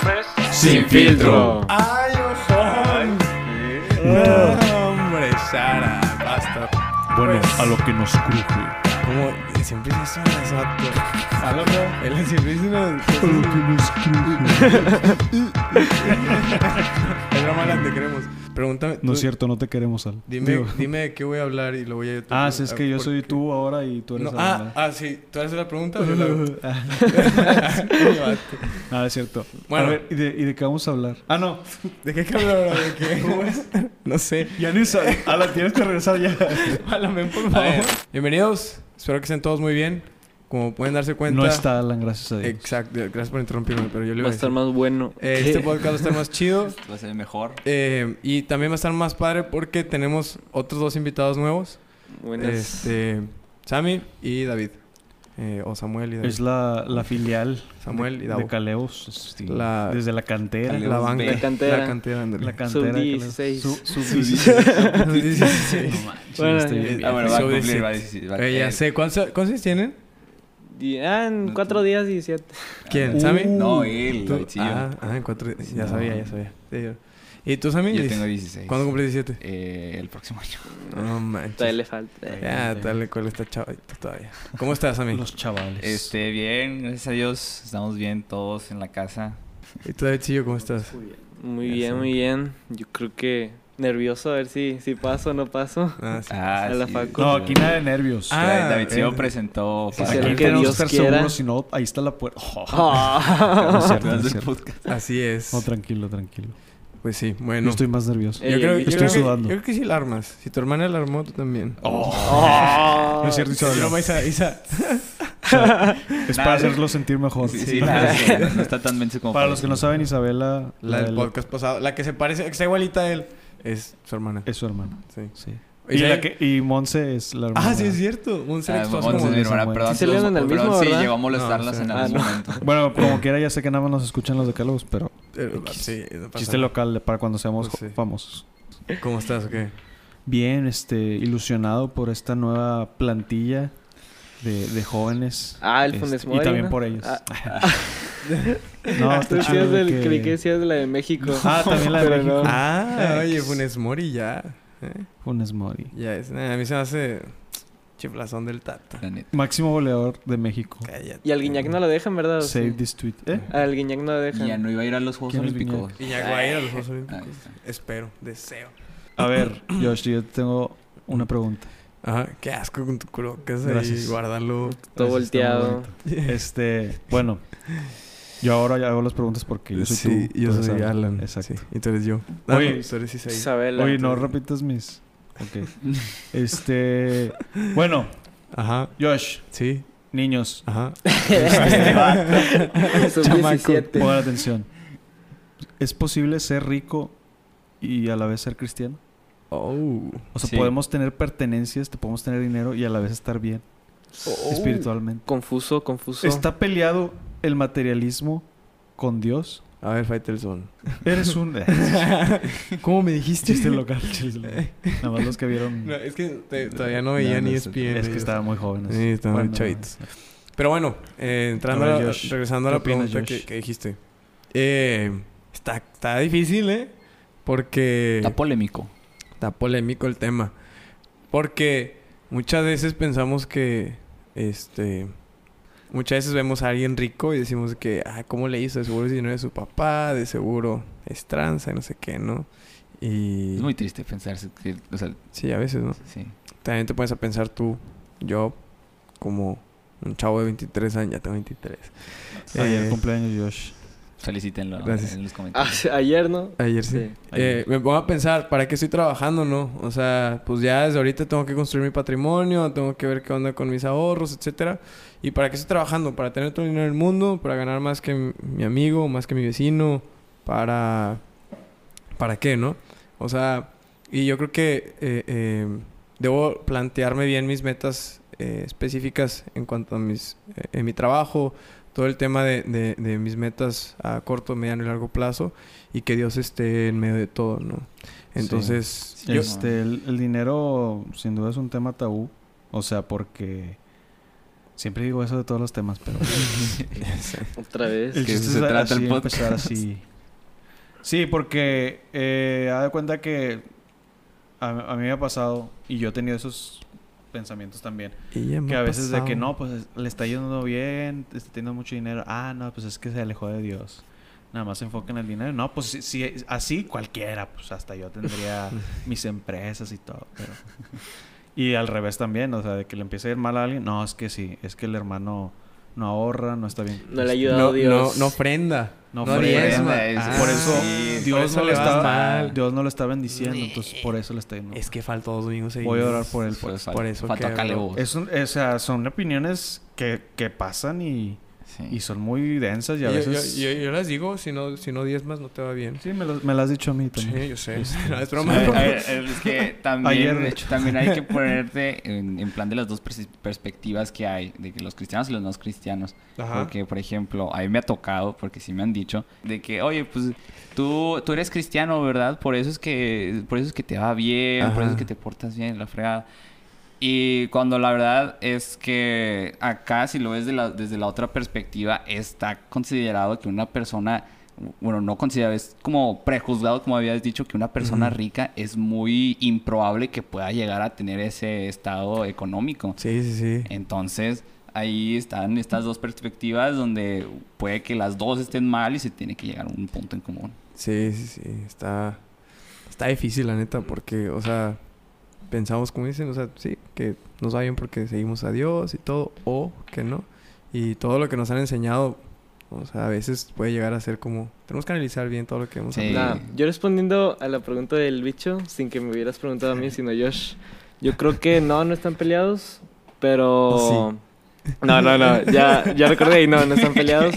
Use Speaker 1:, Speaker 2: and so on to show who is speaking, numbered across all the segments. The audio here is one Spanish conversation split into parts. Speaker 1: hombres.
Speaker 2: Sin filtro.
Speaker 3: ¡Ay, ojón! No, hombre, Sara, basta.
Speaker 4: Bueno,
Speaker 3: Pues,
Speaker 4: a lo que nos cruje.
Speaker 3: Como siempre se suena eso, vato. ¿Está loco? Él siempre dice una...
Speaker 4: A lo que nos cruje.
Speaker 3: Es broma, la te queremos. Pregúntame...
Speaker 4: No
Speaker 3: tú-
Speaker 4: es cierto, no te queremos, Al.
Speaker 3: Dime,
Speaker 4: Digo,
Speaker 3: dime de qué voy a hablar y lo voy a...
Speaker 4: Ah, sí, es que yo
Speaker 3: ¿por
Speaker 4: soy
Speaker 3: qué?
Speaker 4: tú ahora y tú
Speaker 3: No,
Speaker 4: eres
Speaker 3: ah,
Speaker 4: Al.
Speaker 3: ah, sí. ¿Tú haces la pregunta o yo la hago?
Speaker 4: Ah. Ah, es cierto.
Speaker 3: Bueno.
Speaker 4: A ver, ¿y de, ¿y de qué vamos a hablar? Ah, no.
Speaker 3: ¿De qué cabrón? ¿De qué? no sé.
Speaker 4: Ya ni sabes. Ala, Ah, tienes que regresar ya.
Speaker 3: Háblame, por favor. Bienvenidos. Espero que estén todos muy bien. Como pueden darse cuenta...
Speaker 4: No está Alan, gracias a Dios.
Speaker 3: Exacto. Gracias por interrumpirme, pero yo le iba
Speaker 2: Va a
Speaker 3: a
Speaker 2: estar
Speaker 3: decir.
Speaker 2: más bueno.
Speaker 3: Eh, este podcast va a estar más chido.
Speaker 1: Va a ser mejor.
Speaker 3: Eh, y también va a estar más padre porque tenemos otros dos invitados nuevos.
Speaker 2: Buenas.
Speaker 3: Este, Sammy y David. Eh, o Samuel y David.
Speaker 4: Es la, la filial
Speaker 3: Samuel y
Speaker 4: de,
Speaker 3: Davo.
Speaker 4: de Caleos. este,
Speaker 3: La-
Speaker 4: desde la cantera.
Speaker 1: Caleos.
Speaker 3: la banca.
Speaker 1: La
Speaker 2: cantera.
Speaker 3: La cantera, ándale.
Speaker 4: La cantera. de Caleos.
Speaker 2: Sub-16.
Speaker 4: Su- sub-
Speaker 3: Sub-16.
Speaker 4: No manches, este,
Speaker 2: Bueno,
Speaker 4: estoy bien
Speaker 2: eh,
Speaker 4: viejo.
Speaker 1: Ah, bueno, va a
Speaker 3: Sobre
Speaker 1: cumplir,
Speaker 3: siete.
Speaker 1: va a decir. va a-
Speaker 3: Eh, ya
Speaker 1: eh,
Speaker 3: sé. ¿Cuántos, cuántos años tienen?
Speaker 2: Y- ah, en cuatro días 17.
Speaker 3: ¿Quién?
Speaker 4: Uh,
Speaker 3: ¿Sammy?
Speaker 1: No,
Speaker 4: Uh,
Speaker 1: él,
Speaker 3: Tú-
Speaker 1: Davidcillo.
Speaker 3: ah, ah, en cuatro. Ya
Speaker 1: No.
Speaker 3: sabía, ya sabía. Sí, yo- ¿Y tú, Sammy?
Speaker 1: Yo
Speaker 3: Dices-
Speaker 1: tengo 16.
Speaker 3: ¿Cuándo cumples 17?
Speaker 1: Eh, el próximo año.
Speaker 3: No manches.
Speaker 2: Todavía le falta.
Speaker 3: Ya, tal cual está chavito todavía. ¿Cómo estás, Sammy?
Speaker 4: Los chavales.
Speaker 1: Este, bien, gracias a Dios. Estamos bien todos en la casa.
Speaker 3: ¿Y tú, Davidcillo, cómo estás?
Speaker 2: Muy
Speaker 1: Ya
Speaker 2: bien,
Speaker 1: sé.
Speaker 2: muy bien. Yo creo que nervioso a ver si, si paso o no paso.
Speaker 3: Ah, sí.
Speaker 1: Ah,
Speaker 2: A la
Speaker 1: sí.
Speaker 2: facu.
Speaker 4: No, aquí nada de nervios.
Speaker 3: Ah,
Speaker 1: David- Davidcillo
Speaker 3: eh.
Speaker 1: presentó
Speaker 2: Sí,
Speaker 1: para
Speaker 2: sí,
Speaker 1: que-
Speaker 2: lo
Speaker 4: Aquí
Speaker 2: que
Speaker 4: tenemos que
Speaker 2: Dios
Speaker 4: estar
Speaker 2: quiera.
Speaker 4: seguros, si no, ahí está la puerta. Oh, no es
Speaker 2: Ah.
Speaker 4: cierto, no es cierto.
Speaker 3: Así es.
Speaker 4: No, tranquilo, tranquilo.
Speaker 3: Pues sí, bueno.
Speaker 4: No estoy más nervioso.
Speaker 2: Eh,
Speaker 3: Yo creo, yo
Speaker 4: Estoy
Speaker 3: creo que,
Speaker 4: sudando.
Speaker 3: yo creo que sí la armas. Si tu hermana la armó, tú también.
Speaker 2: Ah.
Speaker 4: Oh, No es cierto, Isabel.
Speaker 3: Broma, Isa- Isa.
Speaker 4: Es
Speaker 1: Nada,
Speaker 4: para
Speaker 1: sí.
Speaker 4: hacerlo sentir mejor.
Speaker 1: Sí, sí, nada, sí, no está tan menso como
Speaker 4: Para
Speaker 1: parece.
Speaker 4: los que no saben, Isabela
Speaker 3: La
Speaker 4: la
Speaker 3: del
Speaker 4: la-
Speaker 3: podcast pasado. La que se parece, que está igualita a él. Es su hermana.
Speaker 4: es su hermana.
Speaker 3: Sí.
Speaker 4: Sí. Y,
Speaker 3: Isabel-
Speaker 4: la que, y Monse es la hermana.
Speaker 3: Ah, sí, es cierto. Un
Speaker 1: Ah,
Speaker 3: sexo
Speaker 1: Monse, mi
Speaker 4: Monse,
Speaker 1: hermana,
Speaker 4: Samuel.
Speaker 1: perdón.
Speaker 2: Sí salieron en el
Speaker 1: perdón,
Speaker 2: mismo,
Speaker 1: sí,
Speaker 2: ¿verdad?
Speaker 1: llegó a molestarlas
Speaker 3: No,
Speaker 1: en
Speaker 3: sí.
Speaker 1: algún
Speaker 2: Ah, no.
Speaker 1: momento.
Speaker 4: Bueno, como quiera, ya sé que nada más nos escuchan los de Calobos, pero
Speaker 3: eh, Sí, no pasa
Speaker 4: chiste
Speaker 3: nada.
Speaker 4: local de- para cuando seamos
Speaker 3: Pues sí.
Speaker 4: jo- famosos.
Speaker 3: ¿Cómo estás? o ¿Qué?
Speaker 4: Bien, este, ilusionado por esta nueva plantilla de, de jóvenes.
Speaker 2: Ah, el
Speaker 4: Este,
Speaker 2: Funes
Speaker 4: Y
Speaker 2: Mori,
Speaker 4: también
Speaker 2: ¿no?
Speaker 4: por ellos.
Speaker 2: Ah.
Speaker 4: no,
Speaker 2: Tú
Speaker 4: está chido
Speaker 2: decías
Speaker 4: de
Speaker 2: del,
Speaker 4: que-
Speaker 2: creí que decías de la de México.
Speaker 4: Ah, también la de
Speaker 2: Pero
Speaker 4: México.
Speaker 2: no.
Speaker 3: Ah,
Speaker 4: Ex.
Speaker 3: oye, Funes Mori ya. ¿eh?
Speaker 4: Funes Mori.
Speaker 3: Ya es. nah, a mí se me hace chiflazón del Tata.
Speaker 1: La neta.
Speaker 4: Máximo goleador de México.
Speaker 3: Cállate.
Speaker 2: Y al Guiñac no lo dejan, ¿verdad? ¿O
Speaker 4: Save
Speaker 2: sí?
Speaker 4: this tweet. ¿Eh?
Speaker 2: Al Guiñac no lo
Speaker 1: Y ya
Speaker 2: dejan.
Speaker 1: no iba a ir a los Juegos
Speaker 4: ¿Quién es
Speaker 1: Olímpicos.
Speaker 3: Iñak va a ir a los Juegos
Speaker 1: Ahí
Speaker 3: Olímpicos.
Speaker 1: está.
Speaker 3: Espero, deseo.
Speaker 4: A ver, Josh, yo tengo una pregunta.
Speaker 3: Ajá, qué asco con tu culo. ¿Qué haces ahí?
Speaker 4: Gracias.
Speaker 3: Guárdalo.
Speaker 4: Gracias,
Speaker 2: Todo
Speaker 4: está muy
Speaker 2: volteado.
Speaker 4: bonito. Este, bueno, yo ahora ya hago las preguntas porque yo soy
Speaker 3: sí,
Speaker 4: tú.
Speaker 3: yo
Speaker 4: tú eres
Speaker 3: soy Alan.
Speaker 4: Exacto.
Speaker 3: sí, y tú eres yo.
Speaker 4: Oye,
Speaker 3: tú eres Isaí.
Speaker 2: Isabela.
Speaker 4: Oye, no repitas mis. Ok. Este, bueno,
Speaker 3: Ajá,
Speaker 4: Josh,
Speaker 3: sí,
Speaker 4: niños,
Speaker 3: ajá.
Speaker 4: este,
Speaker 2: Son
Speaker 3: Chamaco.
Speaker 2: 17.
Speaker 4: pongan atención. ¿Es posible ser rico y a la vez ser cristiano?
Speaker 3: Oh.
Speaker 4: O sea,
Speaker 1: Sí.
Speaker 4: podemos tener pertenencias, te podemos tener dinero y a la vez estar bien
Speaker 3: Oh.
Speaker 4: espiritualmente.
Speaker 2: Confuso, confuso.
Speaker 4: ¿Está peleado el materialismo con Dios?
Speaker 3: A ver, Fighter Zone.
Speaker 4: Eres un
Speaker 3: ¿Cómo me dijiste?
Speaker 4: chiste local, chiste local. Nada más los que vieron.
Speaker 3: No, es que te- todavía no
Speaker 1: No,
Speaker 3: veía
Speaker 1: no
Speaker 3: ni E
Speaker 1: sé.
Speaker 3: ESPN.
Speaker 4: Es que estaban muy jóvenes.
Speaker 3: Sí, estaban
Speaker 4: Bueno,
Speaker 3: chavitos. Pero bueno, eh, entrando
Speaker 4: A ver,
Speaker 3: a la-
Speaker 4: Josh,
Speaker 3: regresando a
Speaker 4: ¿qué
Speaker 3: la
Speaker 4: opinas,
Speaker 3: pregunta
Speaker 4: Josh?
Speaker 3: que, que dijiste. Eh, está, está difícil, ¿eh? Porque
Speaker 1: Está polémico.
Speaker 3: está polémico el tema. Porque muchas veces pensamos que, este, muchas veces vemos a alguien rico y decimos que, ah, ¿cómo le hizo? De seguro es dinero de su papá, de seguro es tranza y no sé qué, ¿no? Y...
Speaker 1: Es muy triste pensar que, o sea,
Speaker 3: Sí, a veces, ¿no?
Speaker 1: sí.
Speaker 3: También te pones a pensar tú, yo, como un chavo de 23 años, ya tengo 23.
Speaker 4: Ayer
Speaker 3: Eh,
Speaker 4: cumpleaños Josh.
Speaker 1: Felicítenlo
Speaker 3: Gracias.
Speaker 1: en los
Speaker 2: Ah,
Speaker 1: comentarios.
Speaker 2: sí, ayer, ¿no?
Speaker 3: Ayer sí.
Speaker 2: Sí.
Speaker 3: Eh, me pongo a pensar, ¿para qué estoy trabajando, no? O sea, pues ya desde ahorita tengo que construir mi patrimonio, tengo que ver qué onda con mis ahorros, etcétera. ¿Y para qué estoy trabajando? ¿Para tener todo el dinero del mundo? ¿Para ganar más que m- mi amigo, más que mi vecino? ¿Para... ¿Para qué, no? O sea, y yo creo que eh, eh, debo plantearme bien mis metas eh, específicas en cuanto a mis, eh, en mi trabajo, todo el tema de, de- de mis metas a corto, mediano y largo plazo y que Dios esté en medio de todo, ¿no? Entonces, yo-
Speaker 4: Este, el, el dinero sin duda es un tema tabú. O sea, porque Siempre digo eso de todos los temas, pero...
Speaker 2: Otra vez.
Speaker 1: El- que
Speaker 4: chiste
Speaker 1: se
Speaker 4: es
Speaker 1: trata
Speaker 4: así,
Speaker 1: el podcast.
Speaker 4: empezar así. Sí, porque eh, ha de cuenta que a, a mí me ha pasado y yo he tenido esos pensamientos también.
Speaker 3: Y ya me
Speaker 4: Que a
Speaker 3: ha
Speaker 4: veces de que
Speaker 3: pasado.
Speaker 4: no, pues es- le está yendo bien, está teniendo mucho dinero. Ah, no, pues es que se alejó de Dios. Nada más se enfoca en el dinero. No, pues si, si es así cualquiera, pues hasta yo tendría mis empresas y todo. pero- y al revés también, o sea, de que le empiece a ir mal a alguien. No, es que sí, es que el hermano no ahorra, no está bien.
Speaker 2: No le ayuda
Speaker 3: No,
Speaker 2: Dios.
Speaker 3: no, no ofrenda.
Speaker 4: No
Speaker 3: No
Speaker 4: ofrenda,
Speaker 3: diezma.
Speaker 1: es-
Speaker 3: Ah,
Speaker 4: por eso
Speaker 1: sí,
Speaker 4: Dios
Speaker 3: por eso
Speaker 4: no
Speaker 3: le
Speaker 4: le
Speaker 3: vas
Speaker 4: está
Speaker 3: mal. Eh,
Speaker 4: Dios no lo está bendiciendo, entonces por eso le está yendo.
Speaker 3: Es que faltó dos domingos seguidos.
Speaker 4: Voy a orar por él.
Speaker 1: Por eso,
Speaker 3: Por eso
Speaker 1: faltó
Speaker 3: que-
Speaker 1: acá Leo.
Speaker 4: Es un- o sea, son opiniones que, que pasan y,
Speaker 1: Sí.
Speaker 4: y son muy densas y a
Speaker 3: Yo- yo,
Speaker 4: veces
Speaker 3: yo- yo las digo, si no, si no diezmas no te va bien.
Speaker 4: Sí, me, lo- me las has dicho a mí también.
Speaker 3: Sí, yo sé. No, es
Speaker 1: A
Speaker 3: broma.
Speaker 1: ver, a ver, es que también,
Speaker 4: Ayer, de hecho.
Speaker 1: también hay que ponerte en, en plan de las dos persi- perspectivas que hay, de que los cristianos y los no cristianos.
Speaker 3: Ajá.
Speaker 1: Porque, por ejemplo, a mí me ha tocado, porque sí me han dicho, de que, oye, pues tú, tú eres cristiano, ¿verdad? Por eso es que, por eso es que te va bien, por eso
Speaker 3: Ajá.
Speaker 1: es que te portas bien, la fregada. Y cuando la verdad es que acá, si lo ves de la- desde la otra perspectiva, está considerado que una persona, bueno, no considerado, es como prejuzgado, como habías dicho, que una persona
Speaker 3: Ujú.
Speaker 1: rica es muy improbable que pueda llegar a tener ese estado económico.
Speaker 3: Sí, sí, sí.
Speaker 1: Entonces, ahí están estas dos perspectivas donde puede que las dos estén mal y se tiene que llegar a un punto en común.
Speaker 3: Sí, sí, sí. Está, está difícil, la neta, porque, o sea, pensamos, como dicen, o sea, sí, que nos va bien porque seguimos a Dios y todo, o que no. Y todo lo que nos han enseñado, o sea, a veces puede llegar a ser como. Tenemos que analizar bien todo lo que hemos
Speaker 1: Sí.
Speaker 3: aprendido.
Speaker 2: Nah, yo respondiendo a la pregunta del bicho, sin que me hubieras preguntado a mí, sino a Josh. Yo creo que no, no están peleados, pero... No, no, no, ya, ya recordé y no, no están pelados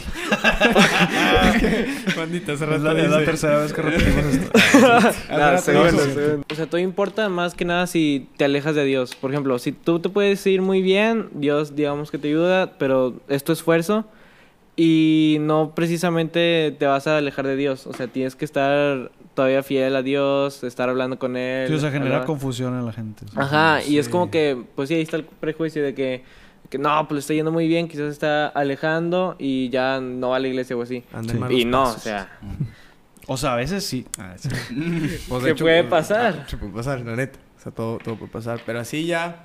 Speaker 3: Bandita, hace Ah,
Speaker 4: Es, la, es la tercera vez que repetimos esto.
Speaker 2: Nah,
Speaker 3: rato
Speaker 2: segundo,
Speaker 3: dijo.
Speaker 2: segundo. O sea, todo importa más que nada si te alejas de Dios. Por ejemplo, si tú te puedes ir muy bien, Dios digamos que te ayuda, pero es tu esfuerzo y no precisamente te vas a alejar de Dios. O sea, tienes que estar todavía fiel a Dios, estar hablando con Él.
Speaker 4: Sí, o sea, genera
Speaker 2: alabar.
Speaker 4: confusión en la gente.
Speaker 2: Ajá, y es
Speaker 3: Sí.
Speaker 2: como que, pues sí, ahí está el prejuicio de que, que no, pues le está yendo muy bien, quizás está alejando y ya no va a la iglesia o así.
Speaker 3: Anda
Speaker 4: Sí.
Speaker 3: en malos
Speaker 2: Y no, o
Speaker 3: pasos.
Speaker 2: sea,
Speaker 4: O sea, a veces sí.
Speaker 3: Pues,
Speaker 2: ¿Qué puede pasar?
Speaker 3: Se ah, puede pasar, la neta. O sea, todo, todo puede pasar. Pero así ya,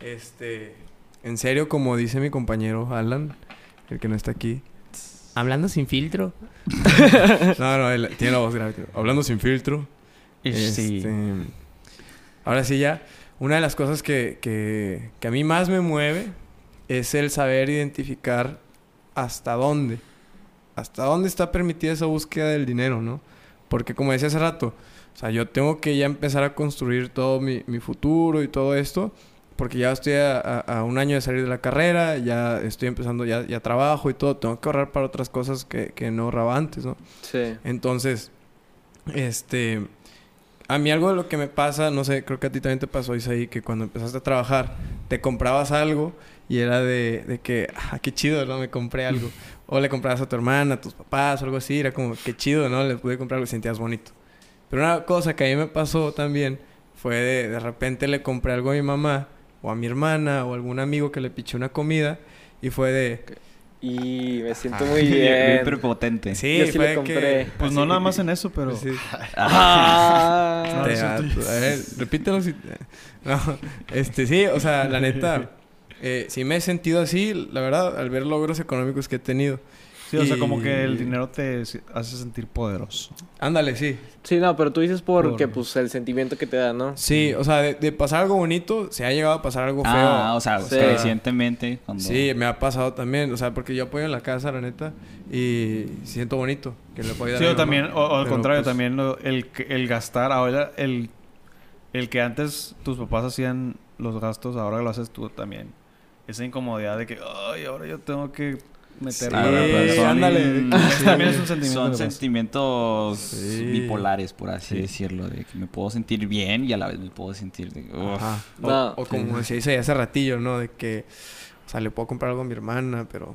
Speaker 3: este... En serio, como dice mi compañero Alan, el que no está aquí. Hablando sin filtro. no, no, él tiene la voz grave. tío. Hablando sin filtro.
Speaker 4: Sí.
Speaker 3: Este, Ahora sí ya, una de las cosas que, que, que a mí más me mueve es el saber identificar hasta dónde. Hasta dónde está permitida esa búsqueda del dinero, ¿no? Porque como decía hace rato, o sea, yo tengo que ya empezar a construir todo mi, mi futuro y todo esto. Porque ya estoy a, a- a un año de salir de la carrera, ya estoy empezando, ya, ya trabajo y todo. Tengo que ahorrar para otras cosas que, que no ahorraba antes, ¿no?
Speaker 2: sí.
Speaker 3: Entonces, este, a mí algo de lo que me pasa, no sé, creo que a ti también te pasó, Isaí, que cuando empezaste a trabajar, te comprabas algo y era de, de que, ah, qué chido, ¿no? Me compré algo. o le comprabas a tu hermana, a tus papás, o algo así, era como, qué chido, ¿no? Le pude comprar algo y sentías bonito. Pero una cosa que a mí me pasó también fue de, de repente le compré algo a mi mamá o a mi hermana o a algún amigo que le piché una comida y fue de...
Speaker 2: Y me siento
Speaker 3: Ah,
Speaker 2: muy
Speaker 1: Bien
Speaker 2: bien.
Speaker 1: prepotente.
Speaker 3: Sí,
Speaker 2: Yo sí
Speaker 3: fue
Speaker 2: le compré.
Speaker 3: que...
Speaker 4: Pues no nada más en eso, pero...
Speaker 3: Sí.
Speaker 2: Ah.
Speaker 3: Te
Speaker 4: eso
Speaker 3: va-
Speaker 4: tú-
Speaker 3: a ver, repítelo si... No, este, sí, o sea, la neta, eh, sí me he sentido así, la verdad, al ver logros económicos que he tenido.
Speaker 4: Sí, o sea, como
Speaker 3: Y-
Speaker 4: que el dinero te si- hace sentir poderoso.
Speaker 3: Ándale, sí.
Speaker 2: Sí, no, pero tú dices porque,
Speaker 4: Por-
Speaker 2: pues, el sentimiento que te da, ¿no?
Speaker 3: Sí, o sea, de, de pasar algo bonito, se ha llegado a pasar algo feo.
Speaker 1: Ah, o sea,
Speaker 2: Sí.
Speaker 1: crecientemente. Cuando...
Speaker 3: Sí, me ha pasado también, o sea, porque yo apoyo en la casa, la neta, y siento bonito que le puedo ayudar
Speaker 4: Sí,
Speaker 3: a mi
Speaker 4: o también,
Speaker 3: mamá.
Speaker 4: o, o al
Speaker 3: Pero,
Speaker 4: contrario,
Speaker 3: pues,
Speaker 4: también lo- el, que- el gastar, ahora el, el que antes tus papás hacían los gastos, ahora lo haces tú también. Esa incomodidad de que, ay, ahora yo tengo que
Speaker 3: Sí,
Speaker 4: meter
Speaker 1: Sí, pues,
Speaker 3: ándale.
Speaker 1: ándale.
Speaker 4: También es un sentimiento.
Speaker 1: Son
Speaker 4: de paz.
Speaker 1: sentimientos
Speaker 3: pues. Sí.
Speaker 1: bipolares, por así
Speaker 4: Sí.
Speaker 1: decirlo, de que me puedo sentir bien y a la vez me puedo sentir de, "Uf".
Speaker 3: Ajá. O,
Speaker 2: No.
Speaker 3: o como decía Isaí hace ratillo, ¿no? De que, o sea, le puedo comprar algo a mi hermana, pero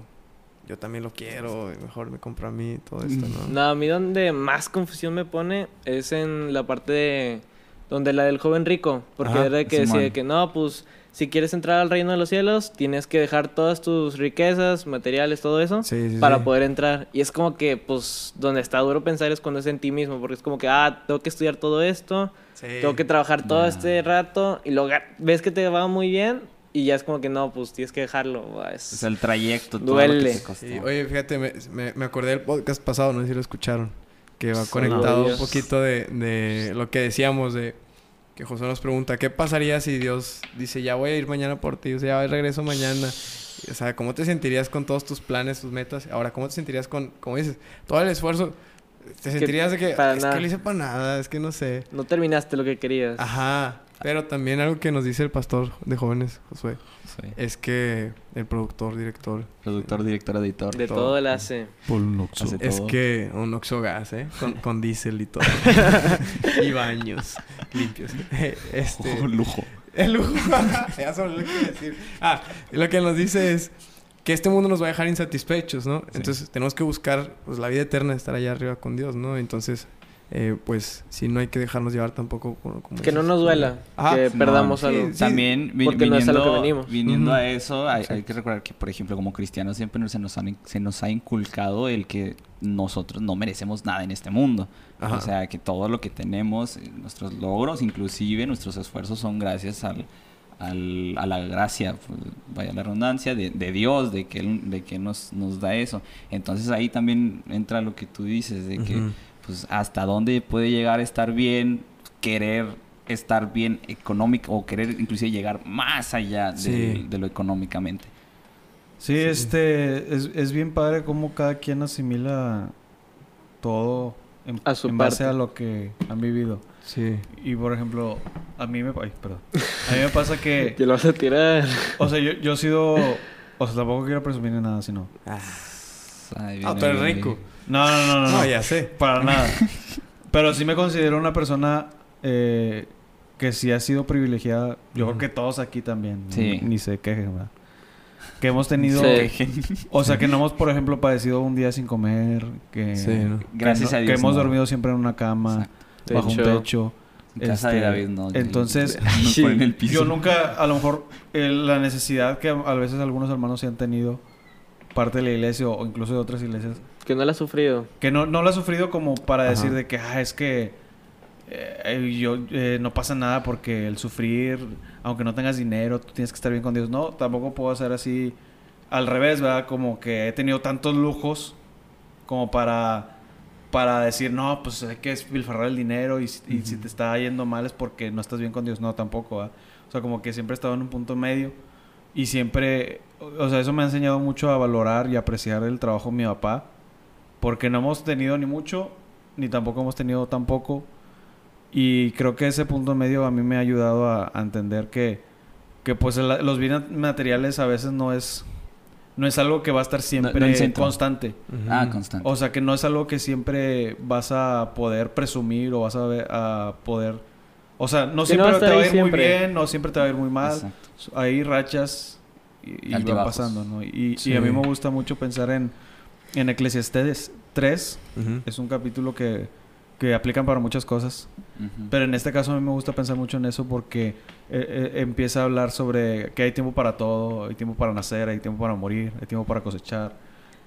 Speaker 3: yo también lo quiero, y mejor me compro a mí, todo esto, ¿no?
Speaker 2: Mm. No, a mí donde más confusión me pone es en la parte de... Donde la del joven rico. Porque
Speaker 3: Ajá,
Speaker 2: era de que decía
Speaker 1: Simón.
Speaker 2: de que, no, pues, si quieres entrar al reino de los cielos, tienes que dejar todas tus riquezas, materiales, todo eso,
Speaker 3: Sí, sí,
Speaker 2: para
Speaker 3: sí.
Speaker 2: poder entrar. Y es como que, pues, donde está duro pensar es cuando es en ti mismo, porque es como que, ah, tengo que estudiar todo esto, tengo que trabajar todo este rato, y luego ves que te va muy bien, y ya es como que, no, pues, tienes que dejarlo. ah, es-
Speaker 1: Es el trayecto, todo lo que
Speaker 2: Duele.
Speaker 1: te costó.
Speaker 3: Sí, oye, fíjate, me, me- me acordé del podcast pasado, no sé si lo escucharon, que va
Speaker 2: Son
Speaker 3: conectado un
Speaker 2: audios.
Speaker 3: poquito de, de lo que decíamos, de que José nos pregunta, ¿qué pasaría si Dios dice, ya voy a ir mañana por ti, o sea, ya regreso mañana? O sea, ¿cómo te sentirías con todos tus planes, tus metas? Ahora, ¿cómo te sentirías con, como dices, todo el esfuerzo? ¿Te sentirías de que,
Speaker 2: para
Speaker 3: es
Speaker 2: nada".
Speaker 3: que lo hice para nada, es que no sé?
Speaker 2: No terminaste lo que querías.
Speaker 3: Ah, Ajá, pero también algo que nos dice el pastor de jóvenes, Josué,
Speaker 1: Soy
Speaker 3: es que el productor, director,
Speaker 1: productor, director, editor.
Speaker 2: de
Speaker 3: todo.
Speaker 2: todo, la hace.
Speaker 1: hace
Speaker 3: Es
Speaker 1: todo.
Speaker 3: que un oxo gas, ¿eh? Con, con diésel y todo. y baños limpios. Eh, Este,
Speaker 1: Oh, lujo.
Speaker 3: el lujo. ya se me olvidó lo que iba a decir. Ah, lo que nos dice es que este mundo nos va a dejar insatisfechos, ¿no? Entonces tenemos que buscar pues, la vida eterna, estar allá arriba con Dios, ¿no? Entonces, eh, pues sí, no hay que dejarnos llevar tampoco por... como
Speaker 2: Que no
Speaker 3: dices,
Speaker 2: nos
Speaker 3: por-
Speaker 2: duela,
Speaker 3: Ajá,
Speaker 2: que
Speaker 1: Simón,
Speaker 2: perdamos
Speaker 3: Ah, sí,
Speaker 2: algo.
Speaker 3: sí.
Speaker 1: También vi-
Speaker 2: porque no es a lo que venimos.
Speaker 1: viniendo
Speaker 3: Ujú.
Speaker 1: a eso, hay,
Speaker 3: Sí.
Speaker 1: hay que recordar que, por ejemplo, como cristianos siempre nos- se nos, han- se nos ha inculcado el que nosotros no merecemos nada en este mundo.
Speaker 3: Ajá.
Speaker 1: O sea, que todo lo que tenemos, eh, nuestros logros, inclusive nuestros esfuerzos son gracias al, al- a la gracia, pues, vaya la redundancia, de, de Dios, de que, Él- de que nos, nos da eso. Entonces ahí también entra lo que tú dices, de que
Speaker 3: Ujú.
Speaker 1: pues hasta dónde puede llegar a estar bien, querer estar bien económico o querer inclusive llegar más allá de,
Speaker 3: Sí.
Speaker 1: de lo económicamente.
Speaker 4: Sí, este es, es bien padre cómo cada quien asimila todo en,
Speaker 2: A su
Speaker 4: en base
Speaker 2: parte.
Speaker 4: a lo que han vivido.
Speaker 3: Sí.
Speaker 4: Y por ejemplo, a mí me, ay, perdón. A mí me pasa que,
Speaker 2: Que lo vas a tirar.
Speaker 4: o sea, yo, yo he sido, o sea, tampoco quiero presumir ni nada, sino.
Speaker 1: Ahí
Speaker 3: Ah,
Speaker 1: viene,
Speaker 3: tú eres
Speaker 1: ahí
Speaker 3: rico.
Speaker 4: No, no, no, no.
Speaker 3: No,
Speaker 4: no.
Speaker 3: ya sé.
Speaker 4: Para nada. Pero sí me considero una persona eh, que sí ha sido privilegiada. Yo creo
Speaker 3: Ujú.
Speaker 4: que todos aquí también.
Speaker 1: Sí.
Speaker 4: Ni, ni se quejen, ¿verdad? Que hemos tenido...
Speaker 2: Sí.
Speaker 1: viene.
Speaker 4: O sea, que no hemos, por ejemplo, padecido un día sin comer. Que,
Speaker 3: Sí, ¿no?
Speaker 4: que
Speaker 1: Gracias
Speaker 4: no-
Speaker 1: a Dios.
Speaker 4: Que hemos
Speaker 1: no.
Speaker 4: dormido siempre en una cama, bajo un
Speaker 2: Techo.
Speaker 4: techo.
Speaker 1: En casa de
Speaker 4: Este,
Speaker 1: David, no.
Speaker 4: entonces,
Speaker 1: nos
Speaker 2: sí,
Speaker 1: ponen el piso.
Speaker 4: Yo nunca, a lo mejor, eh, la necesidad que a a veces algunos hermanos sí han tenido, parte de la iglesia o incluso de otras iglesias,
Speaker 2: Que no la has sufrido.
Speaker 4: Que no, no lo ha sufrido como para
Speaker 3: Ajá.
Speaker 4: decir de que, ah, es que eh, yo, eh, no pasa nada porque el sufrir, aunque no tengas dinero, tú tienes que estar bien con Dios. No, tampoco puedo hacer así al revés, ¿verdad? Como que he tenido tantos lujos como para, para decir, no, pues hay que despilfarrar el dinero y, si- y si te está yendo mal es porque no estás bien con Dios. No, tampoco, ¿verdad? O sea, como que siempre he estado en un punto medio y siempre, o o sea, eso me ha enseñado mucho a valorar y apreciar el trabajo de mi papá. Porque no hemos tenido ni mucho, ni tampoco hemos tenido tan poco. Y creo que ese punto medio a mí me ha ayudado a, a entender que, que pues el- los bienes materiales a veces no es, no es algo que va a estar siempre
Speaker 1: no el centro.
Speaker 4: constante.
Speaker 1: Ah,
Speaker 3: Ujú.
Speaker 1: constante.
Speaker 4: O sea, que no es algo que siempre vas a poder presumir o vas a, ver- a poder... O sea, no
Speaker 2: Que
Speaker 4: siempre
Speaker 2: no va a
Speaker 4: te
Speaker 2: estar
Speaker 4: va a
Speaker 2: ahí
Speaker 4: ir muy
Speaker 2: siempre.
Speaker 4: bien, no siempre te va a ir muy mal
Speaker 1: Exacto.
Speaker 4: hay rachas y, y va
Speaker 1: Altibajos.
Speaker 4: pasando, ¿no? Y, y
Speaker 3: Sí.
Speaker 4: a mí me gusta mucho pensar en, en Eclesiastes 3.
Speaker 3: Ujú.
Speaker 4: Es un capítulo que, que aplican para muchas cosas.
Speaker 1: Ujú.
Speaker 4: Pero en este caso a mí me gusta pensar mucho en eso porque eh, eh, empieza a hablar sobre que hay tiempo para todo. Hay tiempo para nacer, hay tiempo para morir, hay tiempo para cosechar.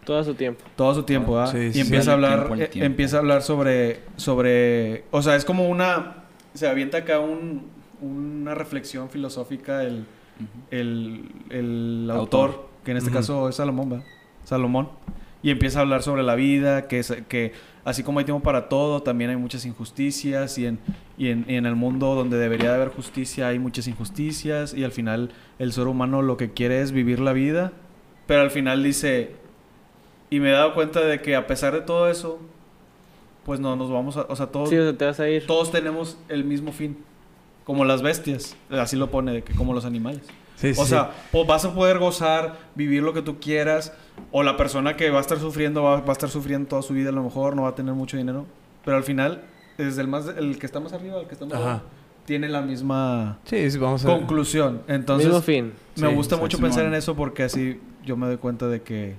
Speaker 2: Todo a su tiempo.
Speaker 4: Todo su tiempo, ¿verdad?
Speaker 3: Sí,
Speaker 4: y
Speaker 3: sí.
Speaker 4: empieza a
Speaker 1: Dale
Speaker 4: hablar,
Speaker 1: tiempo al
Speaker 4: eh,
Speaker 1: tiempo.
Speaker 4: empieza a hablar sobre, sobre, o sea, es como una, se avienta acá un, una reflexión filosófica el,
Speaker 1: Ujú.
Speaker 4: el, el autor,
Speaker 1: Autor.
Speaker 4: que en este
Speaker 3: Ujú.
Speaker 4: caso es Salomón, ¿verdad? Salomón, y empieza a hablar sobre la vida, que, es- que así como hay tiempo para todo, también hay muchas injusticias, y en, y en, y en el mundo donde debería de haber justicia hay muchas injusticias, y al final el ser humano lo que quiere es vivir la vida, pero al final dice, y me he dado cuenta de que a pesar de todo eso, pues no nos vamos a, o sea,
Speaker 3: Oh.
Speaker 4: todos,
Speaker 2: Sí, o sea, te vas a ir.
Speaker 4: todos tenemos el mismo fin, como las bestias, así lo pone, de que como los animales.
Speaker 3: Sí, sí,
Speaker 4: O
Speaker 3: sí.
Speaker 4: sea, o vas a poder gozar, vivir lo que tú quieras, o la persona que va a estar sufriendo va, va a estar sufriendo toda su vida, a lo mejor no va a tener mucho dinero, pero al final, desde el más el que está más arriba, el que está más
Speaker 3: Ajá.
Speaker 4: abajo, tiene la misma
Speaker 3: Sí, sí, vamos a...
Speaker 4: conclusión. Entonces,
Speaker 2: Mismo fin.
Speaker 4: me
Speaker 3: Sí,
Speaker 4: gusta
Speaker 3: sí,
Speaker 4: mucho
Speaker 1: Simón.
Speaker 4: pensar en eso porque así yo me doy cuenta de que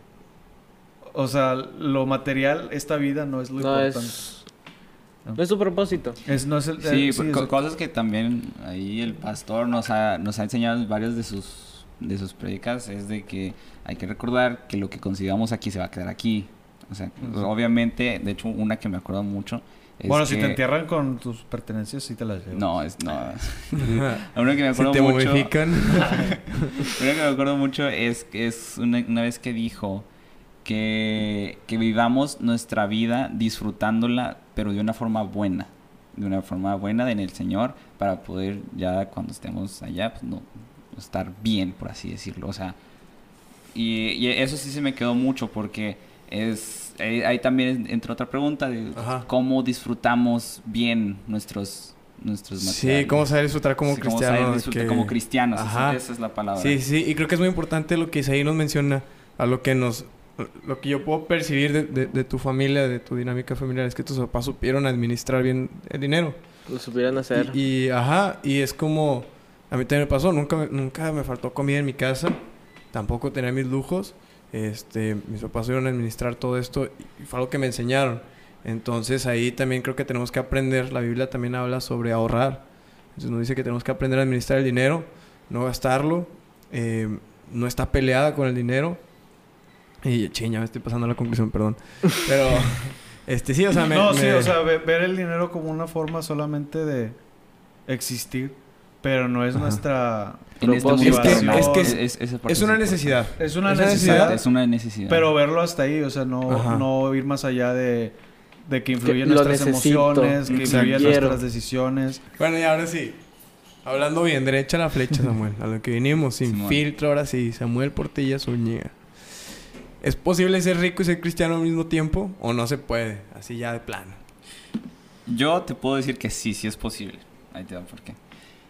Speaker 4: o sea, lo material, esta vida no es lo
Speaker 2: No
Speaker 4: importante.
Speaker 2: es Es su propósito.
Speaker 4: Es, no es el,
Speaker 1: Sí,
Speaker 4: eh, sí,
Speaker 1: pues,
Speaker 4: es
Speaker 1: co-
Speaker 4: el-
Speaker 1: cosas que también ahí el pastor nos ha, nos ha enseñado en varias de sus, de sus predicas es de que hay que recordar que lo que consigamos aquí se va a quedar aquí. O sea,
Speaker 4: Ujú.
Speaker 1: obviamente, de hecho, una que me acuerdo mucho es
Speaker 4: bueno, si
Speaker 1: que-
Speaker 4: te entierran con tus pertenencias, sí te las llevas.
Speaker 1: No, es, no. una que me
Speaker 3: Si
Speaker 1: acuerdo
Speaker 3: te
Speaker 1: mucho...
Speaker 3: momifican.
Speaker 1: Una que me acuerdo mucho es, es una, una vez que dijo que, que vivamos nuestra vida disfrutándola, pero de una forma buena. De una forma buena en el Señor para poder ya cuando estemos allá, pues, no, estar bien, por así decirlo. O sea, y, y eso sí se me quedó mucho porque es ahí, ahí también entra otra pregunta de
Speaker 3: Ajá.
Speaker 1: cómo disfrutamos bien nuestros nuestros
Speaker 3: Sí,
Speaker 1: materiales.
Speaker 3: cómo saber disfrutar como
Speaker 1: Sí, cómo saber
Speaker 3: cristiano.
Speaker 1: disfrutar
Speaker 3: que-
Speaker 1: como cristianos, esa-
Speaker 3: Ajá.
Speaker 1: esa es la palabra.
Speaker 3: Sí, sí, y creo que es muy importante lo que Isaí nos menciona, a lo que nos, lo que yo puedo percibir de, de- de tu familia, de tu dinámica familiar, es que tus papás supieron administrar bien el dinero.
Speaker 2: Lo supieran hacer.
Speaker 3: Y, y, ajá, y es como, a mí también me pasó, nunca, me- nunca me faltó comida en mi casa, tampoco tenía mis lujos, este, mis papás supieron administrar todo esto y fue algo que me enseñaron. Entonces ahí también creo que tenemos que aprender, la Biblia también habla sobre ahorrar, entonces nos dice que tenemos que aprender a administrar el dinero, no gastarlo, eh, no está peleada con el dinero. Y ching, ya me estoy pasando a la conclusión, perdón. Pero, este sí, o sea, me.
Speaker 4: no, sí,
Speaker 3: me-
Speaker 4: o sea, ve- ver el dinero como una forma solamente de existir, pero no es
Speaker 3: Ajá.
Speaker 4: nuestra...
Speaker 1: En este mundo
Speaker 2: Propósito.
Speaker 4: Es que-
Speaker 1: terrenal.
Speaker 4: es que es-
Speaker 1: esa parte
Speaker 3: Es una
Speaker 1: importante.
Speaker 3: necesidad.
Speaker 4: Es una
Speaker 3: Es una
Speaker 4: necesidad,
Speaker 1: Exacto, es una necesidad.
Speaker 4: pero verlo hasta ahí, o sea, no,
Speaker 3: Ajá.
Speaker 4: no ir más allá de, de que influyen
Speaker 2: lo
Speaker 4: nuestras
Speaker 2: necesito.
Speaker 4: emociones, que
Speaker 3: Exacto.
Speaker 4: influyen
Speaker 2: Quiero.
Speaker 4: nuestras decisiones.
Speaker 3: Bueno, y ahora sí. Hablando bien, derecha la flecha, Samuel. A lo que vinimos, sin
Speaker 1: Simón.
Speaker 3: filtro, ahora sí. Samuel Portilla Zúñiga. ¿Es posible ser rico y ser cristiano al mismo tiempo? ¿O no se puede? Así ya de plano.
Speaker 1: Yo te puedo decir que sí, sí es posible. Ahí te va por qué.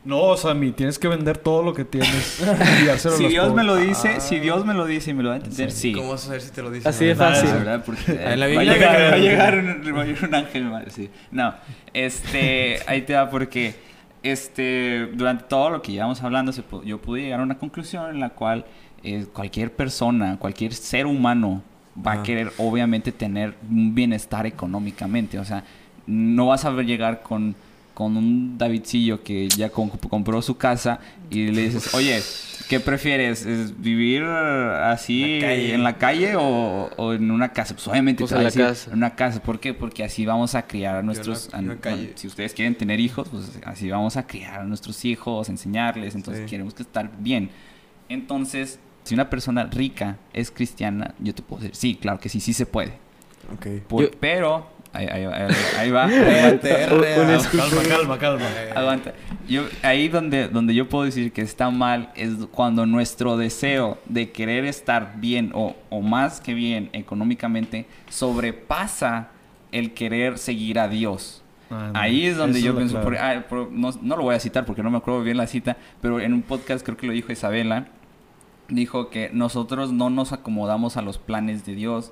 Speaker 4: No, Sammy, tienes que vender todo lo que tienes. y enviárselo a
Speaker 1: Si
Speaker 4: los
Speaker 1: Dios me
Speaker 4: pobres.
Speaker 1: lo dice, si Dios me lo dice y me lo va a entender, sí.
Speaker 3: ¿Cómo vas a saber si te lo dicen?
Speaker 2: Así de
Speaker 1: Ah,
Speaker 2: fácil.
Speaker 1: sí, ¿verdad? Porque eh,
Speaker 3: En la
Speaker 1: va, a
Speaker 3: Biblia
Speaker 1: llegar,
Speaker 3: que-
Speaker 1: va a llegar un, va a llegar un ángel mal, sí. No, este, ahí te va porque este, durante todo lo que llevamos hablando se pu- yo pude llegar a una conclusión en la cual eh, cualquier persona, cualquier ser humano va a
Speaker 3: Ah.
Speaker 1: querer obviamente tener un bienestar económicamente. O sea, no vas a ver llegar con, con un Davidcillo que ya com- compró su casa y le dices, oye, ¿qué prefieres? ¿Es ¿Vivir así
Speaker 3: La calle.
Speaker 1: en la calle o, o en una casa? Pues obviamente
Speaker 2: Pues
Speaker 1: te
Speaker 2: en
Speaker 1: va a
Speaker 2: la
Speaker 1: decir,
Speaker 2: casa.
Speaker 1: en una casa. ¿Por qué? Porque así vamos a criar a
Speaker 3: no-
Speaker 1: nuestros... a-
Speaker 3: yo en
Speaker 1: a-
Speaker 3: calle.
Speaker 1: si ustedes quieren tener hijos, pues así vamos a criar a nuestros hijos, enseñarles. Entonces
Speaker 3: Sí.
Speaker 1: queremos que estar bien. Entonces, si una persona rica es cristiana, yo te puedo decir, sí, claro que sí, sí se puede.
Speaker 3: Ok.
Speaker 1: Por-
Speaker 2: Yo-
Speaker 1: Pero, ahí, ahí va, ahí va, ahí va.
Speaker 4: Calma, calma, calma.
Speaker 3: Eh,
Speaker 1: Aguanta. Yo, ahí donde, donde yo puedo decir que está mal es cuando nuestro deseo de querer estar bien o, o más que bien económicamente sobrepasa el querer seguir a Dios.
Speaker 4: Ah, no.
Speaker 1: Ahí es donde
Speaker 4: Esa
Speaker 1: yo
Speaker 4: la
Speaker 1: pienso,
Speaker 4: clave.
Speaker 1: por- ah, por- no, no lo voy a citar porque no me acuerdo bien la cita, pero en un podcast creo que lo dijo Isabela, dijo que nosotros no nos acomodamos a los planes de Dios,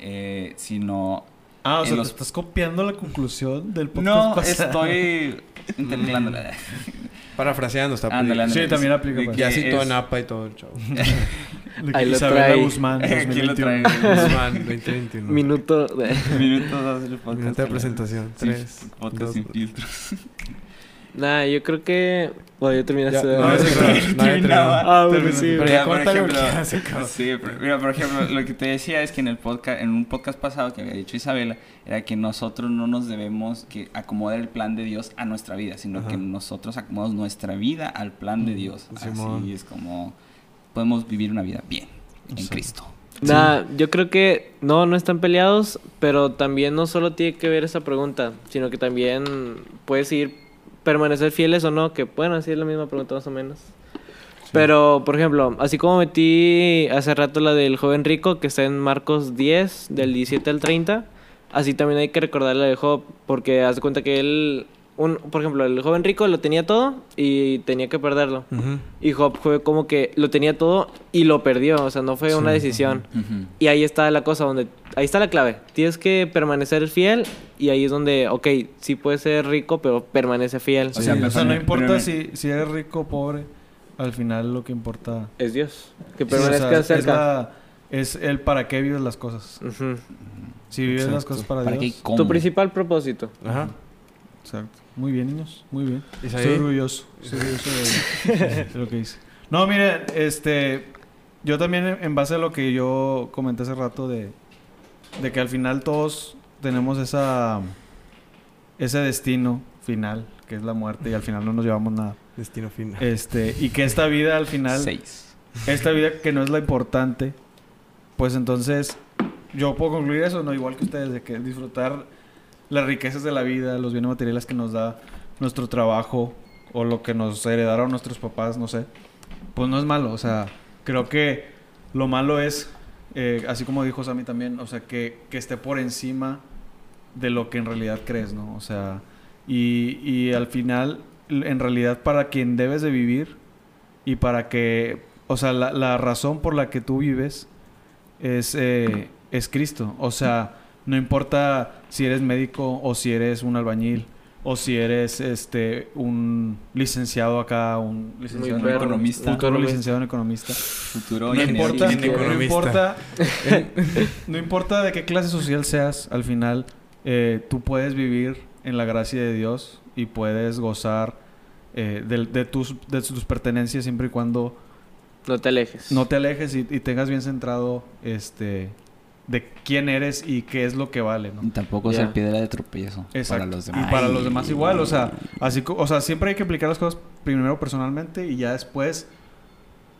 Speaker 1: eh, sino
Speaker 4: Ah, o
Speaker 1: en
Speaker 4: sea,
Speaker 1: los-
Speaker 4: te estás copiando la conclusión del podcast
Speaker 1: no
Speaker 4: pasado.
Speaker 1: estoy interpelándola.
Speaker 3: Parafraseando está
Speaker 1: Ándale,
Speaker 3: padre.
Speaker 1: ándale.
Speaker 4: Sí, también aplica
Speaker 1: De
Speaker 4: para-
Speaker 1: que
Speaker 3: Ya citó
Speaker 1: es-
Speaker 3: a Napa y todo el show.
Speaker 4: De que
Speaker 2: Ahí lo
Speaker 4: Isabela
Speaker 2: trae.
Speaker 4: Guzmán.
Speaker 1: Aquí lo
Speaker 4: 2021.
Speaker 1: trae.
Speaker 3: Guzmán, 2021.
Speaker 2: Minuto de...
Speaker 1: Minutos hacer el podcast.
Speaker 3: Minuto de presentación.
Speaker 1: Sin-
Speaker 3: Tres,
Speaker 1: podcast
Speaker 3: dos-
Speaker 1: sin filtro.
Speaker 2: Nah, yo creo que... Bueno, yo terminé
Speaker 3: Ya,
Speaker 2: este-
Speaker 3: no, es- no, ya terminó.
Speaker 2: Ah, bueno, sí.
Speaker 3: Pero ya córtalo, que ya se acabó.
Speaker 1: sí, pero, mira, por ejemplo, lo que te decía es que en el podcast, en un podcast pasado que había dicho Isabela, era que nosotros no nos debemos que acomodar el plan de Dios a nuestra vida, sino
Speaker 3: Ajá.
Speaker 1: que nosotros acomodamos nuestra vida al plan de
Speaker 3: Mm,
Speaker 1: Dios.
Speaker 3: Simón.
Speaker 1: Así es como podemos vivir una vida bien en
Speaker 4: Sí.
Speaker 1: Cristo.
Speaker 2: Nah, yo creo que no, no están peleados, pero también no solo tiene que ver esa pregunta, sino que también puedes ir, permanecer fieles o no, que bueno, así es la misma pregunta más o menos. Pero, por ejemplo, así como metí hace rato la del joven rico, que está en Marcos 10, del 17 al 30, así también hay que recordar la de Job, porque haz de cuenta que él, un, por ejemplo, el joven rico lo tenía todo y tenía que perderlo.
Speaker 3: Ujú.
Speaker 2: Y Job fue como que lo tenía todo y lo perdió, o sea, no fue una decisión. Y ahí está la cosa, donde ahí está la clave. Tienes que permanecer fiel y ahí es donde, ok, sí puedes ser rico, pero permanece fiel.
Speaker 1: O sea,
Speaker 4: O sea, no
Speaker 1: persona-
Speaker 4: importa
Speaker 1: pero-
Speaker 4: si, si eres rico o pobre, al final lo que importa
Speaker 2: es Dios. Que
Speaker 4: Sí, o sea,
Speaker 2: permanezca
Speaker 4: es,
Speaker 2: cerca.
Speaker 4: la- es el para qué vives las cosas.
Speaker 2: Ujú.
Speaker 4: Si vives las
Speaker 3: Exacto.
Speaker 4: cosas para,
Speaker 1: ¿Para qué
Speaker 4: Dios.
Speaker 1: cómo?
Speaker 2: Tu principal propósito.
Speaker 3: Ajá.
Speaker 4: Exacto. Muy bien, niños. Muy bien.
Speaker 3: Isaí.
Speaker 4: Estoy orgulloso. Estoy orgulloso de, de lo que hice. No, mire, este. Yo también, en- en base a lo que yo comenté hace rato, de, de que al final todos tenemos esa. Ese destino final, que es la muerte, y al final no nos llevamos nada.
Speaker 3: Destino final.
Speaker 1: Eh.
Speaker 4: Este, y que esta vida al final
Speaker 1: Seis.
Speaker 4: esta vida que no es la importante, pues entonces yo puedo concluir eso, ¿no? Igual que ustedes, de que disfrutar las riquezas de la vida, los bienes materiales que nos da nuestro trabajo o lo que nos heredaron nuestros papás, no sé, pues no es malo, o sea, creo que lo malo es, eh, así como dijo Sammy también, o sea, que, que esté por encima de lo que en realidad crees, ¿no? O sea, y, y al final, l- en realidad, para quien debes de vivir y para que, o sea, la, la razón por la que tú vives es, eh, es Cristo. O sea, no importa si eres médico o si eres un albañil o si eres este un licenciado acá, un licenciado
Speaker 2: perro.
Speaker 4: en economista,
Speaker 2: Un
Speaker 4: un
Speaker 2: economista.
Speaker 4: licenciado en economista.
Speaker 1: Futuro
Speaker 4: No
Speaker 1: ingeniero
Speaker 4: importa,
Speaker 3: ingeniero
Speaker 1: químico.
Speaker 4: no
Speaker 3: economista.
Speaker 4: importa, eh, no importa de qué clase social seas, al final eh, tú puedes vivir en la gracia de Dios y puedes gozar eh, del- de, tus, de tus pertenencias siempre y cuando
Speaker 2: No te alejes.
Speaker 4: no te alejes y, y tengas bien centrado este de quién eres y qué es lo que vale, ¿no?
Speaker 1: Y Tampoco
Speaker 2: Ya.
Speaker 1: ser piedra de tropiezo
Speaker 4: Exacto.
Speaker 1: para los demás.
Speaker 4: Y para
Speaker 1: Ay.
Speaker 4: los demás igual, o sea, así co- o sea, siempre hay que aplicar las cosas primero personalmente y ya después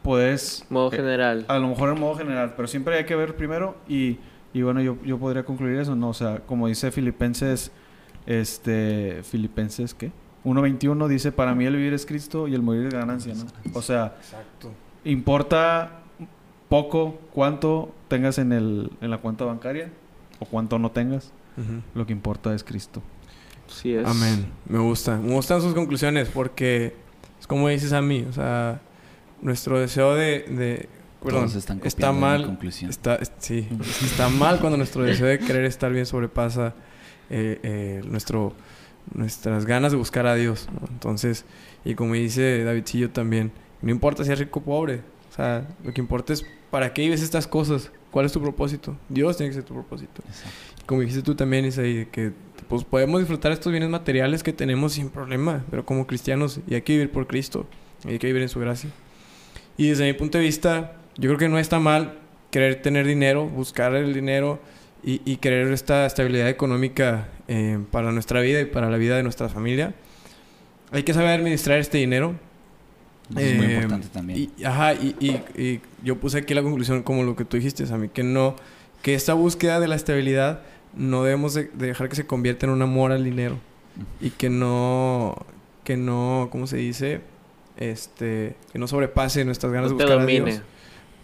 Speaker 4: puedes
Speaker 2: Modo
Speaker 4: eh,
Speaker 2: general.
Speaker 4: a lo mejor en modo general, pero siempre hay que ver primero y, y bueno, yo, yo podría concluir eso, ¿no? O sea, como dice Filipenses, este, Filipenses, ¿qué? 1.21 dice, para mí el vivir es Cristo y el morir es ganancia, ¿no? O sea,
Speaker 3: Exacto.
Speaker 4: importa poco cuánto tengas en, el, en la cuenta bancaria o cuánto no tengas,
Speaker 3: Ujú.
Speaker 4: lo que importa es Cristo.
Speaker 2: Sí es.
Speaker 3: Amén. Me gusta. Me gustan sus conclusiones porque es como dices a mí. O sea, nuestro deseo de... de perdón,
Speaker 1: Todos están
Speaker 3: está
Speaker 1: copiando mi
Speaker 3: mal.
Speaker 1: conclusión.
Speaker 3: Está, es- sí, es que está mal cuando nuestro deseo de querer estar bien sobrepasa eh, eh, nuestro, nuestras ganas de buscar a Dios. ¿no? Entonces, y como dice Davidcillo también, no importa si es rico o pobre. O sea, lo que importa es para qué vives estas cosas. ¿Cuál es tu propósito? Dios tiene que ser tu propósito.
Speaker 1: Exacto.
Speaker 3: Como dijiste tú también, Isaí, de que pues, podemos disfrutar estos bienes materiales que tenemos sin problema, pero como cristianos, y hay que vivir por Cristo, y hay que vivir en su gracia. Y desde mi punto de vista, yo creo que no está mal querer tener dinero, buscar el dinero y, y querer esta estabilidad económica eh, para nuestra vida y para la vida de nuestra familia. Hay que saber administrar este dinero.
Speaker 1: Eso es muy
Speaker 3: Eh,
Speaker 1: importante también.
Speaker 3: Y, ajá, y, y- y yo puse aquí la conclusión como lo que tú dijiste, Sammy, que no, que esta búsqueda de la estabilidad no debemos de- de dejar que se convierta en un amor al dinero y que no, que no, ¿cómo se dice? Este, que no sobrepase nuestras ganas
Speaker 2: No
Speaker 3: de
Speaker 2: te
Speaker 3: buscar a
Speaker 2: domine.
Speaker 3: Dios.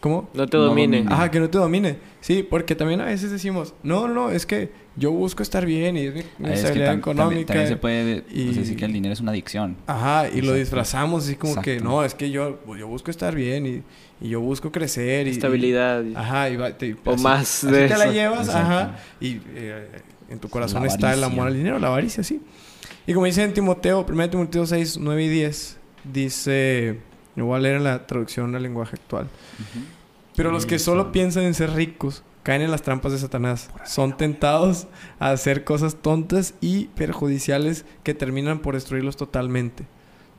Speaker 3: ¿Cómo?
Speaker 2: No te
Speaker 1: No
Speaker 2: domine.
Speaker 1: domine.
Speaker 3: Ajá, que no te domine. Sí, porque también a veces decimos, no, no, no, es que yo busco estar bien y es mi, mi
Speaker 1: Ah, es que
Speaker 3: estabilidad
Speaker 1: tam- También,
Speaker 3: económica.
Speaker 1: también se puede
Speaker 3: y-
Speaker 1: pues, decir que el dinero es una adicción.
Speaker 3: Ajá, y lo
Speaker 1: Exacto.
Speaker 3: disfrazamos así como que
Speaker 1: Exacto.
Speaker 3: no, es que yo, pues, yo busco estar bien y, y yo busco crecer. Ah, Y, Ah.
Speaker 2: Estabilidad.
Speaker 3: y- ajá, y va- te-
Speaker 2: o
Speaker 3: así-
Speaker 2: más
Speaker 3: así
Speaker 2: de
Speaker 3: te la
Speaker 2: eso.
Speaker 3: llevas,
Speaker 1: Exacto.
Speaker 3: ajá, y eh, en tu corazón
Speaker 1: La
Speaker 3: está el amor
Speaker 1: avaricia.
Speaker 3: al dinero, la avaricia, sí. Y como dice en Timoteo, 1 Timoteo 6, 9 y 10, dice, lo voy a leer en la traducción al lenguaje actual. Pero los que solo piensan en ser ricos caen en las trampas de Satanás. Son tentados a hacer cosas tontas y perjudiciales que terminan por destruirlos totalmente.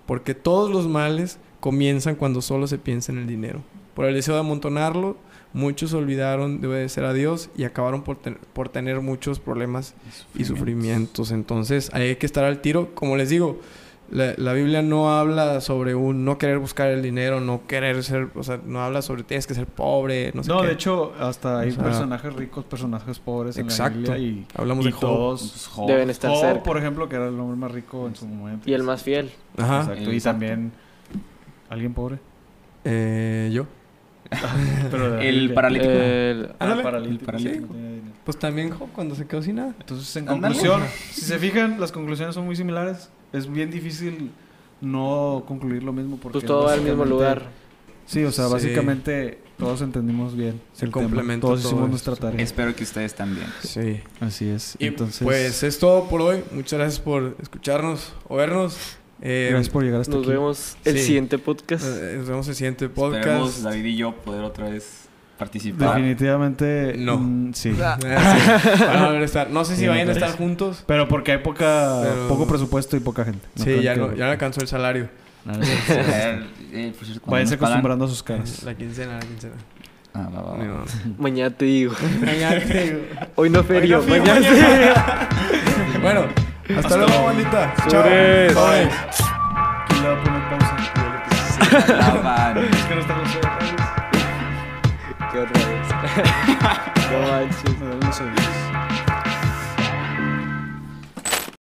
Speaker 3: Porque todos los males comienzan cuando solo se piensa en el dinero. Por el deseo de amontonarlo, muchos olvidaron de obedecer a Dios y acabaron por, ten- por tener muchos problemas y sufrimientos. Entonces, ahí hay que estar al tiro. Como les digo, la, la Biblia no habla sobre un no querer buscar el dinero, no querer ser, o sea, no habla sobre tienes que ser pobre, no sé
Speaker 4: No,
Speaker 3: qué.
Speaker 4: de hecho, hasta hay
Speaker 3: O sea,
Speaker 4: personajes ricos, personajes pobres en
Speaker 3: exacto.
Speaker 4: la Biblia y,
Speaker 3: hablamos
Speaker 4: y
Speaker 3: de Job.
Speaker 4: todos...
Speaker 1: Pues, jo-
Speaker 2: Deben estar
Speaker 4: Job,
Speaker 2: cerca.
Speaker 4: por ejemplo, que era el hombre más rico en su momento.
Speaker 2: Y el más fiel.
Speaker 3: Ajá.
Speaker 4: Exacto. Y
Speaker 1: Exacto.
Speaker 4: también... ¿Alguien pobre?
Speaker 3: Eh, yo.
Speaker 4: Pero de la
Speaker 1: El
Speaker 4: Biblia.
Speaker 1: paralítico.
Speaker 2: El-
Speaker 4: Ah,
Speaker 3: Ándale.
Speaker 4: paralítico.
Speaker 1: El paralítico.
Speaker 4: Sí.
Speaker 3: Pues también Job cuando se quedó sin nada.
Speaker 4: Entonces, en
Speaker 1: Ándale.
Speaker 4: conclusión, si se fijan, las conclusiones son muy similares. Es bien difícil no concluir lo mismo porque...
Speaker 2: pues todo va al mismo
Speaker 4: básicamente-
Speaker 2: lugar.
Speaker 4: Sí, o sea,
Speaker 3: Sí.
Speaker 4: básicamente todos entendimos bien.
Speaker 3: Se
Speaker 4: el tema.
Speaker 3: complementa
Speaker 4: Todos
Speaker 3: todo
Speaker 4: hicimos
Speaker 3: esto.
Speaker 4: nuestra tarea.
Speaker 1: Espero que ustedes también.
Speaker 3: Sí.
Speaker 4: Así es.
Speaker 3: Y
Speaker 4: Entonces,
Speaker 3: pues es todo por hoy. Muchas gracias por escucharnos o vernos. Eh,
Speaker 4: gracias por llegar hasta
Speaker 2: Nos
Speaker 4: aquí.
Speaker 2: vemos el
Speaker 3: Sí.
Speaker 2: siguiente podcast.
Speaker 3: eh, nos vemos en el siguiente
Speaker 1: Esperemos
Speaker 3: podcast.
Speaker 1: David y yo poder otra vez participar.
Speaker 4: Definitivamente.
Speaker 3: No.
Speaker 4: mm, sí.
Speaker 3: Ah, sí. Van a volver a estar. No sé si
Speaker 4: Sí,
Speaker 3: vayan a
Speaker 4: entonces-
Speaker 3: estar juntos.
Speaker 4: Pero porque hay poca,
Speaker 3: Pero-
Speaker 4: poco presupuesto y poca gente.
Speaker 3: sí, ya
Speaker 4: creo
Speaker 3: no,
Speaker 4: que-
Speaker 3: ya no alcanzó el salario.
Speaker 1: No, no sé. Eh, eh, por cierto, cuando
Speaker 4: Váyanse
Speaker 1: nos pagan-
Speaker 4: acostumbrando a sus caras.
Speaker 3: La quincena, la quincena.
Speaker 1: Ah, va, va, va.
Speaker 3: Ni modo.
Speaker 2: Mañana te digo.
Speaker 3: Mañana te digo.
Speaker 2: Hoy no ferio.
Speaker 3: Hoy no fui,
Speaker 2: mañana sí.
Speaker 3: bueno, hasta, luego, bandita.
Speaker 2: Sobres.
Speaker 3: Chao. Bye.
Speaker 4: ¿Quién le va a poner pausa?
Speaker 1: La van.
Speaker 4: Es que no está José, ¿sabes?
Speaker 2: Qué horror. No manches.
Speaker 4: Me duelen los oídos.